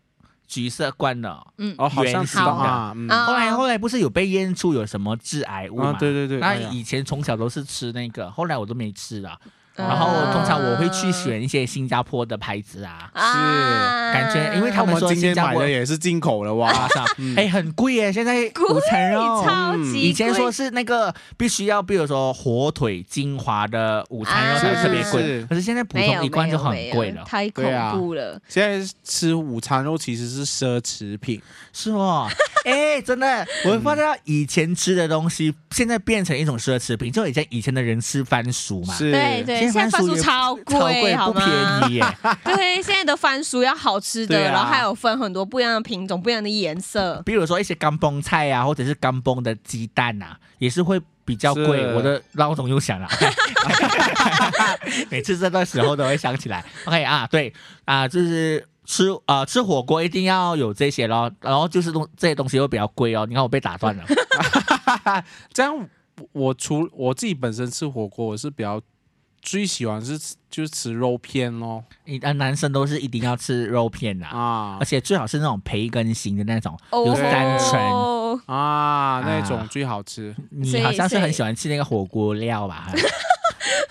Speaker 1: 橘色罐的。
Speaker 3: 嗯，
Speaker 2: 哦，好像知道啊，嗯
Speaker 3: 啊
Speaker 1: 后来后来不是有被验出有什么致癌物嘛？
Speaker 2: 啊，对对对，
Speaker 1: 那
Speaker 2: 哎呀
Speaker 1: 以前从小都是吃那个，后来我都没吃了。
Speaker 2: 哦
Speaker 1: 然后通常我会去选一些新加坡的牌子啊，
Speaker 3: 啊，
Speaker 1: 感觉因 为他
Speaker 2: 那我
Speaker 1: 们
Speaker 2: 们
Speaker 1: 说
Speaker 2: 今
Speaker 1: 新
Speaker 2: 天
Speaker 1: 加
Speaker 2: 买
Speaker 1: 坡
Speaker 2: 的也是进口的 哇，
Speaker 1: 啊， 是啊
Speaker 2: 嗯
Speaker 1: 哎，很贵耶，现在
Speaker 3: 贵
Speaker 1: 五层肉。
Speaker 3: 超级
Speaker 2: 嗯
Speaker 3: 贵
Speaker 1: 以前说是那个必须要，比如说火腿精华的午餐肉
Speaker 3: 啊
Speaker 1: 才特别
Speaker 2: 是是
Speaker 1: 贵，可是现在普
Speaker 3: 没有
Speaker 1: 通一罐就很
Speaker 3: 没有
Speaker 1: 贵
Speaker 3: 没有
Speaker 1: 了，
Speaker 3: 太恐
Speaker 2: 对啊
Speaker 3: 怖了。
Speaker 2: 现在吃午餐肉其实是奢侈品，
Speaker 1: 是哦。哎，真的，我发现到以前吃的东西，现在变成一种奢侈品，就以前以前的人吃番薯嘛，
Speaker 2: 是
Speaker 3: 对对，现在
Speaker 1: 番
Speaker 3: 番薯
Speaker 1: 也
Speaker 3: 超
Speaker 1: 超贵，
Speaker 3: 好
Speaker 1: 不
Speaker 3: 吗？
Speaker 1: 便宜耶。
Speaker 3: 对，现在的番薯要好吃的，
Speaker 2: 对啊
Speaker 3: 然后还有分很多不一样的品种、不一样的颜色。
Speaker 1: 比如说一些干崩菜啊，或者是干崩的鸡蛋啊，也是会比较贵。
Speaker 2: 是
Speaker 1: 我的闹钟又响了， 每次这个时候都会想起来。OK 啊，对啊、就是。吃啊、吃火锅一定要有这些咯，然后就是东这些东西会比较贵哦。你看我被打断 了，
Speaker 2: 这样我我除我自己本身吃火锅，我是比较最喜欢是吃就是吃肉片咯
Speaker 1: 你啊男生都是一定要吃肉片的、
Speaker 2: 啊
Speaker 1: 而且最好是那种培根型的那种，
Speaker 3: 哦
Speaker 1: 有三层。
Speaker 2: 啊那
Speaker 1: 啊
Speaker 2: 种最好吃，
Speaker 1: 你好像是很喜欢吃那个火锅料吧？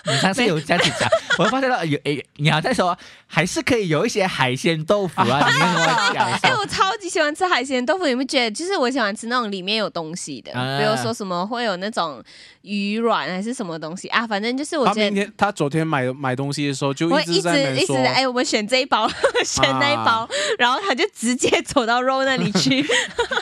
Speaker 1: 你上次有这样子 讲，我发现到有诶、你好像说还是可以有一些海鲜豆腐 啊，你跟我讲一
Speaker 3: 哎、
Speaker 1: 下。
Speaker 3: 我超级喜欢吃海鲜豆腐，你们觉得？就是我喜欢吃那种里面有东西的，
Speaker 1: 啊
Speaker 3: 比如说什么会有那种鱼卵还是什么东西啊，反正就是我
Speaker 2: 他
Speaker 3: 觉
Speaker 2: 明
Speaker 3: 得。
Speaker 2: 天他昨天买买东西的时候就
Speaker 3: 我
Speaker 2: 一直
Speaker 3: 一
Speaker 2: 在那
Speaker 3: 直
Speaker 2: 边
Speaker 3: 一直
Speaker 2: 说，
Speaker 3: 哎、我们选这一包， 选那一包，然后他就直接走到肉那里去。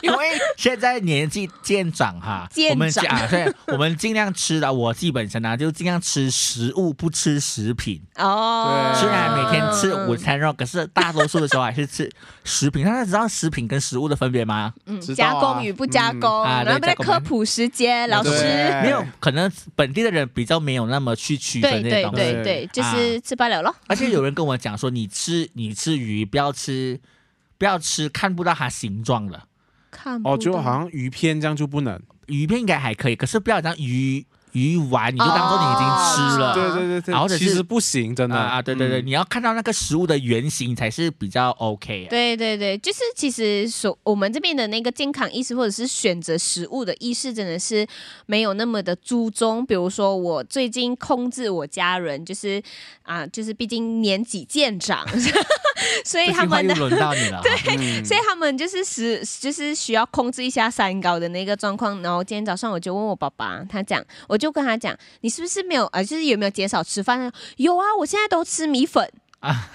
Speaker 1: 因为现在年纪渐长哈，
Speaker 3: 渐长
Speaker 1: 我们讲啊，对，我们尽量吃的，我自己本身啊，就尽量吃食物，不吃食品。
Speaker 3: 哦，
Speaker 2: 对
Speaker 1: 虽然每天吃午餐肉，可是大多数的时候还是吃食品。大家知道食品跟食物的分别吗？
Speaker 3: 嗯
Speaker 2: 知道啊
Speaker 3: 加工与不加工，
Speaker 1: 嗯啊
Speaker 3: 然后
Speaker 1: 对加
Speaker 3: 在
Speaker 1: 工
Speaker 3: 科普时间，老师。
Speaker 2: 对
Speaker 1: 没有，可能本地的人比较没有那么去区
Speaker 3: 对
Speaker 1: 分这些
Speaker 3: 对
Speaker 1: 东西。
Speaker 3: 对对，就是吃罢了咯。
Speaker 1: 而且有人跟我讲说，你吃你吃鱼，不要吃不要吃看不到它形状的
Speaker 3: 看不
Speaker 2: 哦，就
Speaker 3: 到
Speaker 2: 好像鱼片这样就不能，
Speaker 1: 鱼片应该还可以，可是不要当鱼鱼丸，你就当做你已经吃
Speaker 3: 啊
Speaker 1: 了。
Speaker 2: 哦对对对对，
Speaker 1: 啊或者
Speaker 2: 其
Speaker 1: 是
Speaker 2: 实不行，真的
Speaker 1: 啊啊，对对对，
Speaker 2: 嗯
Speaker 1: 你要看到那个食物的原型才是比较 OK 啊的。
Speaker 3: 对对对，就是其实所我们这边的那个健康意识或者是选择食物的意识，真的是没有那么的注重。比如说，我最近控制我家人，就是啊，就是毕竟年纪渐长， 所以
Speaker 1: 这
Speaker 3: 他
Speaker 1: 句话
Speaker 3: 们
Speaker 1: 又
Speaker 3: 的。
Speaker 1: 轮到 你了啊。
Speaker 2: 嗯
Speaker 3: 所以他们就是时，就是需要控制一下三高的那个状况。然后今天早上我就问我爸爸，他讲，我就跟他讲，你是不是没有呃，就是有没有减少吃饭？他说有啊，我现在都吃米粉
Speaker 1: 啊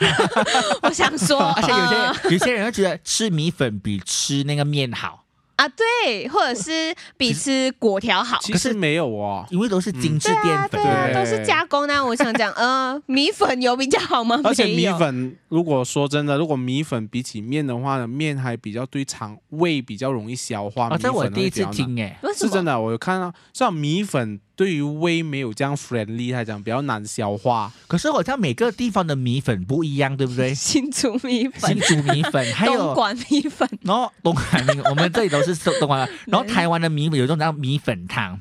Speaker 3: 我想说，
Speaker 1: 而且有
Speaker 3: 呃
Speaker 1: 些有些人会觉得吃米粉比吃那个面好，
Speaker 3: 啊，对，或 者是比吃果条好。
Speaker 2: 其实没有哦，
Speaker 1: 因为都是精致
Speaker 3: 对啊，
Speaker 1: 淀
Speaker 3: 对
Speaker 1: 粉。
Speaker 3: 啊，
Speaker 2: 对
Speaker 3: 都是加工呢。我想 讲，呃，米粉有比较好 吗？
Speaker 2: 而且
Speaker 3: 没
Speaker 2: 米
Speaker 3: 有
Speaker 2: 粉，如果说真的，如果米粉比起面的话呢，面还比较对肠胃比较容易消化。
Speaker 1: 啊，这
Speaker 2: 米
Speaker 1: 我
Speaker 2: 粉
Speaker 1: 第一次
Speaker 2: 会比较难，
Speaker 1: 听欸诶。
Speaker 3: 为什
Speaker 2: 是
Speaker 3: 么？？
Speaker 2: 真的。我有看到，像米粉对于胃没有这样 friendly，它讲比较难消化。
Speaker 1: 可是好像每个地方的米粉不一样，对不对
Speaker 3: 新竹米
Speaker 1: 新
Speaker 3: 粉、
Speaker 1: 竹米粉，还有
Speaker 3: 东莞米 粉，
Speaker 1: 然后东海米，我们这里都是吃东莞 的。然后台湾的米粉有一种叫米粉汤，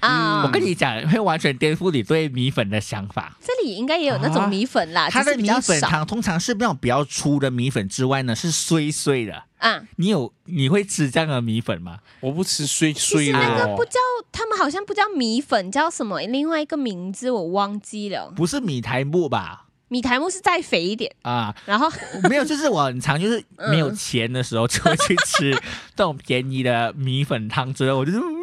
Speaker 2: 嗯
Speaker 3: 啊，
Speaker 1: 我跟你讲，会完全颠覆你对米粉的想法。
Speaker 3: 这里应该也有那
Speaker 2: 啊
Speaker 3: 种米粉啦，
Speaker 1: 它的
Speaker 3: 只啊是比
Speaker 1: 米
Speaker 3: 较
Speaker 1: 粉
Speaker 3: 少
Speaker 1: 汤通常是那种比较粗的米粉之外呢，是碎碎的。
Speaker 3: 啊。
Speaker 1: 你有你会吃这样的米粉吗？
Speaker 2: 我不吃碎
Speaker 3: 其
Speaker 2: 碎
Speaker 3: 实
Speaker 2: 的、
Speaker 3: 那个
Speaker 2: 哦
Speaker 3: 不，叫，他们好像不叫米粉，叫什么另外一个名字我忘记了。
Speaker 1: 不是米苔木吧？
Speaker 3: 米苔木是再肥一点，
Speaker 1: 啊，
Speaker 3: 然后
Speaker 1: 没有，就是我很常就是
Speaker 3: 嗯
Speaker 1: 没有钱的时候就会去吃 这种便宜的米粉汤之类，我就是嗯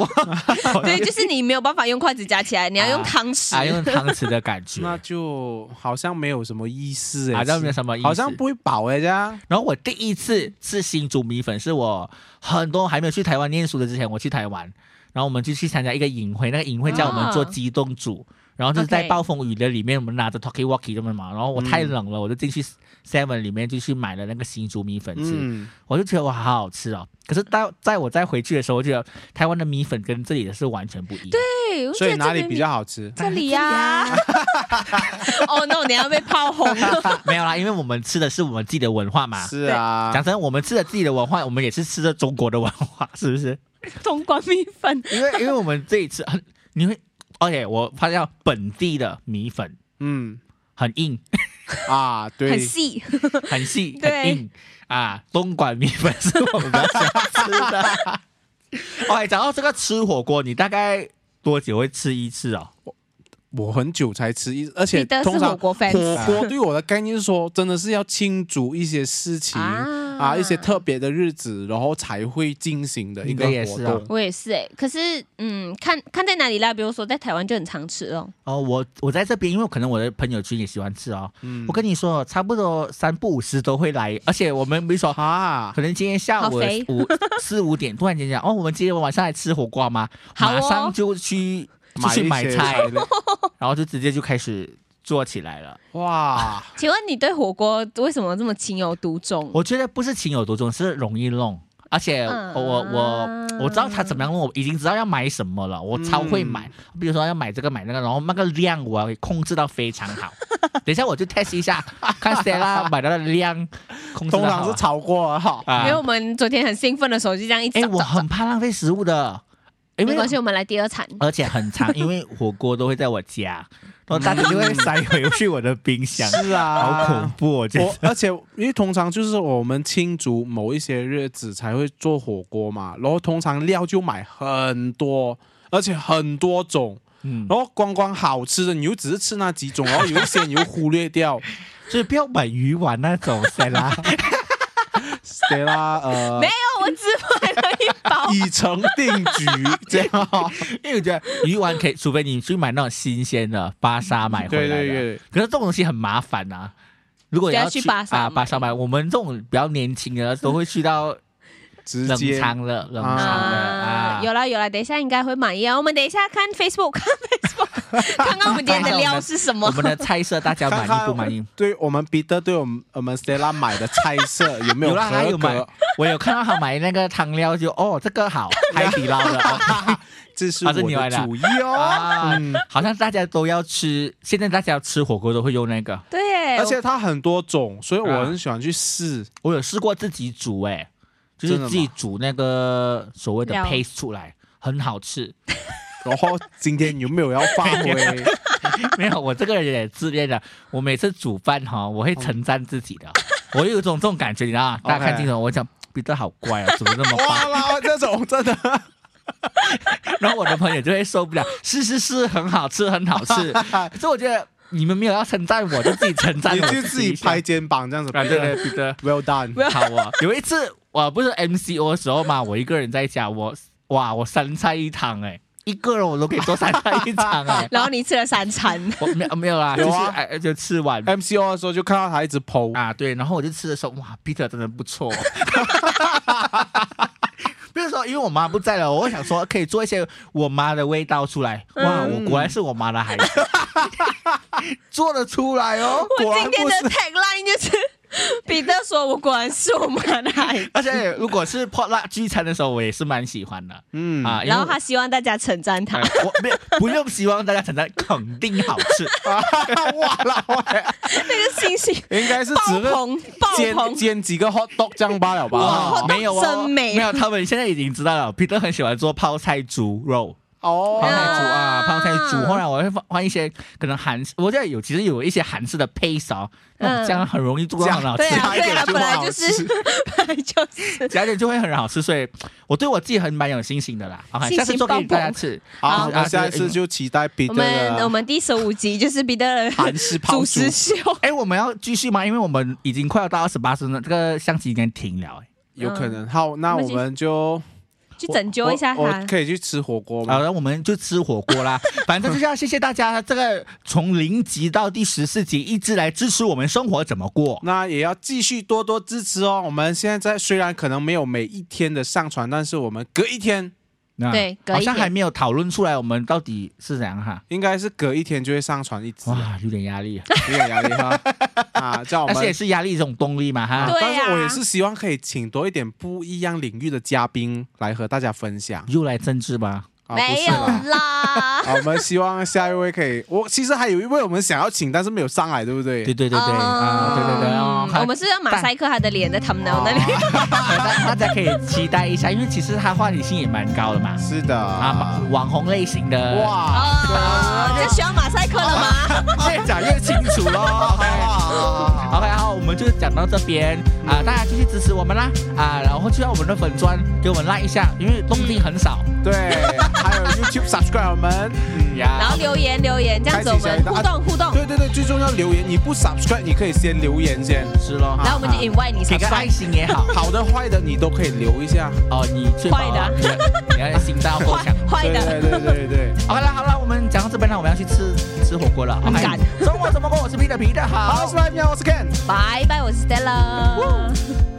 Speaker 1: 哇，
Speaker 3: 对，就是你没有办法用筷子夹起来，你要用
Speaker 1: 啊
Speaker 3: 汤匙。
Speaker 1: 啊，用汤匙的感 觉，
Speaker 2: 那就好像没有什么意思哎、
Speaker 1: 好啊像没有
Speaker 2: 吃
Speaker 1: 什么意思，
Speaker 2: 好像不会饱哎、这样。
Speaker 1: 然后我第一次吃新竹米粉，是我很多还没有去台湾念书的之前，我去台湾，然后我们就去参加一个营会，那个营会叫我们做
Speaker 3: 啊
Speaker 1: 鸡冻煮，然后就是在
Speaker 3: OK
Speaker 1: 暴风雨的里面，我们拿着 talkie walkie 他们嘛，然后我太冷了，我就进去 Seven 里面就去买了那个新竹米粉吃，
Speaker 2: 嗯，
Speaker 1: 我就觉得哇，好好吃哦。可是到在我再回去的时候，我觉得台湾的米粉跟这里的是完全不一样。对，啊
Speaker 3: 对，我觉
Speaker 2: 所以
Speaker 3: 得
Speaker 2: 哪
Speaker 3: 这
Speaker 2: 里
Speaker 3: 边
Speaker 2: 比较好吃？
Speaker 3: 这里啊呀、 哦 no，你要被炮轰 了。
Speaker 1: 啊没有啦，因为我们吃的是我们自己的文化嘛。
Speaker 2: 是啊，
Speaker 1: 讲真，我们吃了自己的文化，我们也是吃着中国的文化，是不是？
Speaker 3: 冬瓜米粉，
Speaker 1: 因为因为我们这一次很，你会，而且我发现本地的米粉
Speaker 2: 嗯
Speaker 1: 很硬，
Speaker 2: 啊，对
Speaker 3: 很，细，
Speaker 1: 很细，很
Speaker 3: 对
Speaker 1: 硬啊。东莞米粉是我们比较喜欢吃的。 哎，讲到这个吃火锅，你大概多久会吃一次哦？
Speaker 2: 我很久才吃一，而且
Speaker 3: 你的是
Speaker 2: 通
Speaker 3: 火
Speaker 2: 常
Speaker 3: 锅
Speaker 1: 嗯
Speaker 3: fans
Speaker 2: 火锅对我的概念是说，真的是要庆祝一些事情
Speaker 3: 啊
Speaker 2: 啊，一些特别的日子，然后才会进行的一个
Speaker 1: 你的也
Speaker 2: 活
Speaker 1: 是啊
Speaker 2: 动。
Speaker 3: 我也是哎、可是嗯，看看在哪里啦，比如说在台湾就很常吃哦。
Speaker 1: 哦，我我在这边，因为可能我的朋友圈也喜欢吃哦。
Speaker 2: 嗯
Speaker 1: 我跟你说，差不多三不五时都会来，而且我们比如说
Speaker 2: 啊，
Speaker 1: 可能今天下
Speaker 3: 好
Speaker 1: 午
Speaker 3: 肥
Speaker 1: 五四五点，突然间讲哦，我们今天晚上来吃火锅吗？
Speaker 3: 好哦
Speaker 1: 马上就去出去买
Speaker 2: 一些
Speaker 1: 菜，
Speaker 2: 类
Speaker 1: 然后就直接就开始做起来了。
Speaker 2: 哇，
Speaker 3: 请问你对火锅为什么这么情有独钟？
Speaker 1: 我觉得不是情有独钟，是容易弄。而且
Speaker 3: 嗯
Speaker 1: 我我我知道他怎么样弄，我已经知道要买什么了，我超
Speaker 2: 嗯
Speaker 1: 会买。比如说要买这个买那个，然后那个量我要控制到非常好。等一下我就 test 一下，看 Stella 买到的量控制
Speaker 2: 通
Speaker 1: 到
Speaker 2: 常
Speaker 1: 好
Speaker 2: 是
Speaker 1: 啊。
Speaker 2: 炒过了哈。
Speaker 1: 啊
Speaker 3: 因为我们昨天很兴奋的时候就这样一直
Speaker 1: 哎，
Speaker 3: 找
Speaker 1: 我
Speaker 3: 找找，
Speaker 1: 很怕浪费食物的，因
Speaker 3: 没
Speaker 1: 为
Speaker 3: 关系，我们来第二餐。
Speaker 1: 而且很长，因为火锅都会在我家，然后大家就会塞回去我的冰箱，
Speaker 2: 是啊，
Speaker 1: 好恐怖、哦！我觉得
Speaker 2: 我而且因为通常就是我们庆祝某一些日子才会做火锅嘛，然后通常料就买很多，而且很多种，
Speaker 1: 嗯，
Speaker 2: 然后光光好吃的你又只是吃那几种，然后有一些你又忽略掉。
Speaker 1: 就是不要买鱼丸那种，塞拉。
Speaker 2: 对啦，呃。
Speaker 3: 没，有，我只买了一包
Speaker 2: 已成定局，这样、 哦。
Speaker 1: 因为我觉得鱼丸可以，除非你去买那种新鲜的巴沙买回来
Speaker 2: 对
Speaker 1: 的。
Speaker 2: 对对，
Speaker 1: 可是这种东西很麻烦啊。如果你
Speaker 3: 就要
Speaker 1: 去
Speaker 3: 去巴沙
Speaker 1: 啊
Speaker 3: 买
Speaker 1: 巴沙买，我们这种比较年轻的都会去到
Speaker 2: 直
Speaker 1: 冷
Speaker 2: 接
Speaker 1: 藏了，冷藏了
Speaker 3: 啊
Speaker 1: 啊，。
Speaker 3: 有啦有啦，等一下应该会满意啊。我们等一下看 Facebook，看 Facebook，看看我们今天的料是什
Speaker 1: 我
Speaker 3: 么。
Speaker 1: 们的菜色大家满意不 满意？
Speaker 2: 对我们彼得对我们我们 Stella 买的菜色有没
Speaker 1: 啦，他
Speaker 2: 合
Speaker 1: 有买
Speaker 2: 格？，
Speaker 1: 我有看到他买那个汤料就，哦，这个好，海底捞的。哦
Speaker 2: 这是
Speaker 1: 啊
Speaker 2: 我
Speaker 1: 这你买
Speaker 2: 的
Speaker 1: 的
Speaker 2: 主意哦。
Speaker 1: 啊
Speaker 2: 嗯，
Speaker 1: 好像大家都要吃，现在大家吃火锅都会用那个。
Speaker 3: 对耶，
Speaker 2: 而且它很多种，所以我很喜欢去试。
Speaker 1: 我有试过自己煮、欸，就
Speaker 2: 真
Speaker 1: 是
Speaker 2: 的吗
Speaker 1: 自己煮那个所谓的
Speaker 3: 料
Speaker 1: paste 出来，很好吃。
Speaker 2: 然后今天有没有要发挥？
Speaker 1: 没有，我这个人也自恋的，我每次煮饭哈，我会称赞自己的，我有一种这种感觉，你知道吗？大家看
Speaker 2: OK
Speaker 1: 镜头，我讲彼得好乖啊，怎么那么
Speaker 2: 哇
Speaker 1: 棒？
Speaker 2: 啦，这种真的
Speaker 1: 然后我的朋友就会受不了，是是是，很好吃，很好吃。 可是我觉得你们没有要称赞我，就自己称赞
Speaker 2: 你
Speaker 1: 我，
Speaker 2: 就自己拍。肩膀这样子。
Speaker 1: 啊，对对，彼得。
Speaker 2: ，Well done。
Speaker 1: 好啊！有一次我不是 MCO 的时候嘛，我一个人在家，我哇，我三菜一汤哎、一个人我都可以做三菜一汤哎、
Speaker 3: 然后你吃了三餐，
Speaker 1: 我没有没有啦，
Speaker 2: 有
Speaker 1: 就是
Speaker 2: 啊
Speaker 1: 哎、就吃完
Speaker 2: MCO 的时候就看到他一直剖，
Speaker 1: 啊，对，然后我就吃的时候，哇，Peter 真的不错。 比如说，因为我妈不在了，我想说可以做一些我妈的味道出来。哇，
Speaker 2: 嗯
Speaker 1: 我果然是我妈的孩子， 做得出来哦。
Speaker 2: 果
Speaker 3: 我
Speaker 2: 然
Speaker 3: 今天
Speaker 2: 不
Speaker 3: 的
Speaker 2: 是
Speaker 3: tagline 就是彼得说：“我果然是我妈的 孩子。
Speaker 1: 而且如果是破辣聚餐的时候，我也是蛮喜欢的。
Speaker 2: 嗯
Speaker 1: 啊，”因为
Speaker 3: 然后他希望大家称赞他
Speaker 1: 哎，我没有不用希望大家承担，肯定好吃。
Speaker 2: 哇啦，
Speaker 3: 那个 信心
Speaker 2: 应该是
Speaker 3: 爆
Speaker 2: 只是
Speaker 3: 棚爆
Speaker 2: 煎
Speaker 3: 棚，
Speaker 2: 煎几个 hot dog 酱罢了吧
Speaker 3: 哇？
Speaker 1: 没有哦，
Speaker 3: 真美
Speaker 1: 没有，他们现在已经知道了。彼得很喜欢做泡菜猪肉，
Speaker 2: 哦
Speaker 1: 泡菜猪啊，
Speaker 3: 啊
Speaker 1: 泡菜猪。后来我会放换一些可能韩式，我觉得有其实有一些韩式的配勺，那
Speaker 3: 嗯
Speaker 1: 这样很容易做到很好吃
Speaker 3: 对，啊
Speaker 2: 加一
Speaker 3: 对
Speaker 2: 点
Speaker 3: 啊，
Speaker 2: 就
Speaker 3: 本
Speaker 2: 好
Speaker 3: 来就是
Speaker 2: 吃
Speaker 3: 本来 就是
Speaker 1: 加一点就会很好吃。所以我对我自己很蛮有信心的 啦。OK，
Speaker 3: 信心
Speaker 1: 下次做给
Speaker 3: 爆
Speaker 1: 大
Speaker 3: 棚
Speaker 1: 家吃。
Speaker 2: 好，
Speaker 1: 啊
Speaker 2: 那下一次就期待彼
Speaker 3: 我
Speaker 2: 得
Speaker 3: 们我
Speaker 2: 的
Speaker 3: 们第十五集就是彼得的
Speaker 2: 韩式泡
Speaker 3: 主
Speaker 2: 猪
Speaker 3: 持秀，
Speaker 1: 哎，我们要继续吗？因为我们已经快要到二十八分了，这个相机已经停了。哎
Speaker 2: 有可能。好，那我们就
Speaker 3: 去拯救一下
Speaker 2: 我
Speaker 3: 他
Speaker 2: 我。可以去吃火锅
Speaker 1: 好
Speaker 2: 吗？
Speaker 1: 了，我们就吃火锅啦。反正就是要谢谢大家，这个从零集到第十四集，一直来支持我们生活怎么过。
Speaker 2: 那也要继续多多支持哦。我们现在虽然可能没有每一天的上传，但是我们隔一天
Speaker 1: 那
Speaker 3: 对隔
Speaker 1: 啊
Speaker 3: 一
Speaker 1: 好像
Speaker 3: 天
Speaker 1: 还没有讨论出来我们到底是怎样哈。
Speaker 2: 应该是隔一天就会上传一次，
Speaker 1: 哇，有点压力，啊
Speaker 2: 有点压力哈。啊，叫我
Speaker 1: 而
Speaker 2: 们
Speaker 1: 且也是压力一种动力嘛哈。
Speaker 3: 对
Speaker 2: 但是
Speaker 3: 啊
Speaker 2: 我也是希望可以请多一点不一样领域的嘉宾来和大家分享。
Speaker 1: 又来政治吧，
Speaker 2: 啊、不
Speaker 3: 没
Speaker 2: 是
Speaker 3: 有
Speaker 2: 啦。
Speaker 3: 啦。
Speaker 2: 啊，我们希望下一位可以，我其实还有一位我们想要请，但是没有上来，对不对？
Speaker 1: 对对对对啊，对对对哦，
Speaker 3: 嗯
Speaker 1: 看
Speaker 3: 我们是要马赛克他的脸的
Speaker 2: 啊
Speaker 3: thumbnail 那里。
Speaker 1: 大家可以期待一下，因为其实他话题性也蛮高的嘛，
Speaker 2: 是的
Speaker 1: 啊，网红类型的，
Speaker 2: 哇，
Speaker 3: 哦，这需要马赛克 了吗？
Speaker 1: 越讲越清楚喽。
Speaker 2: 哇
Speaker 1: OK，好，我们就讲到这边啊、大家继续支持我们啦啊、然后去到我们的粉砖给我们拉一下，因为动静很少
Speaker 2: 对，还有 YouTube subscribe 我们，嗯
Speaker 1: 呀
Speaker 3: 然。后留言留言，这样子我们互动互
Speaker 1: 啊
Speaker 3: 动，
Speaker 2: 对对对，最重要留言，你不 subscribe 你可以先留言先，
Speaker 1: 是咯，
Speaker 3: 然后我们就
Speaker 2: 啊
Speaker 3: invite 你
Speaker 1: 给个
Speaker 3: subscribe
Speaker 1: 爱心也好
Speaker 2: 好的坏的你都可以留一下。
Speaker 1: 哦，你最
Speaker 3: 坏的啊
Speaker 1: 你的你要心脏够强。
Speaker 3: 坏
Speaker 2: 对
Speaker 3: 的。
Speaker 2: 对对对对，
Speaker 1: OK 了，好了，我们讲到这边了，我们要去吃吃火锅了。
Speaker 3: 很
Speaker 1: OK，
Speaker 3: 赶
Speaker 1: 中国什么锅？我是 Peter 皮的，
Speaker 2: 好，
Speaker 1: 好
Speaker 2: 我是。麦喵，我是 Ken。
Speaker 3: 拜拜，我是 Stella。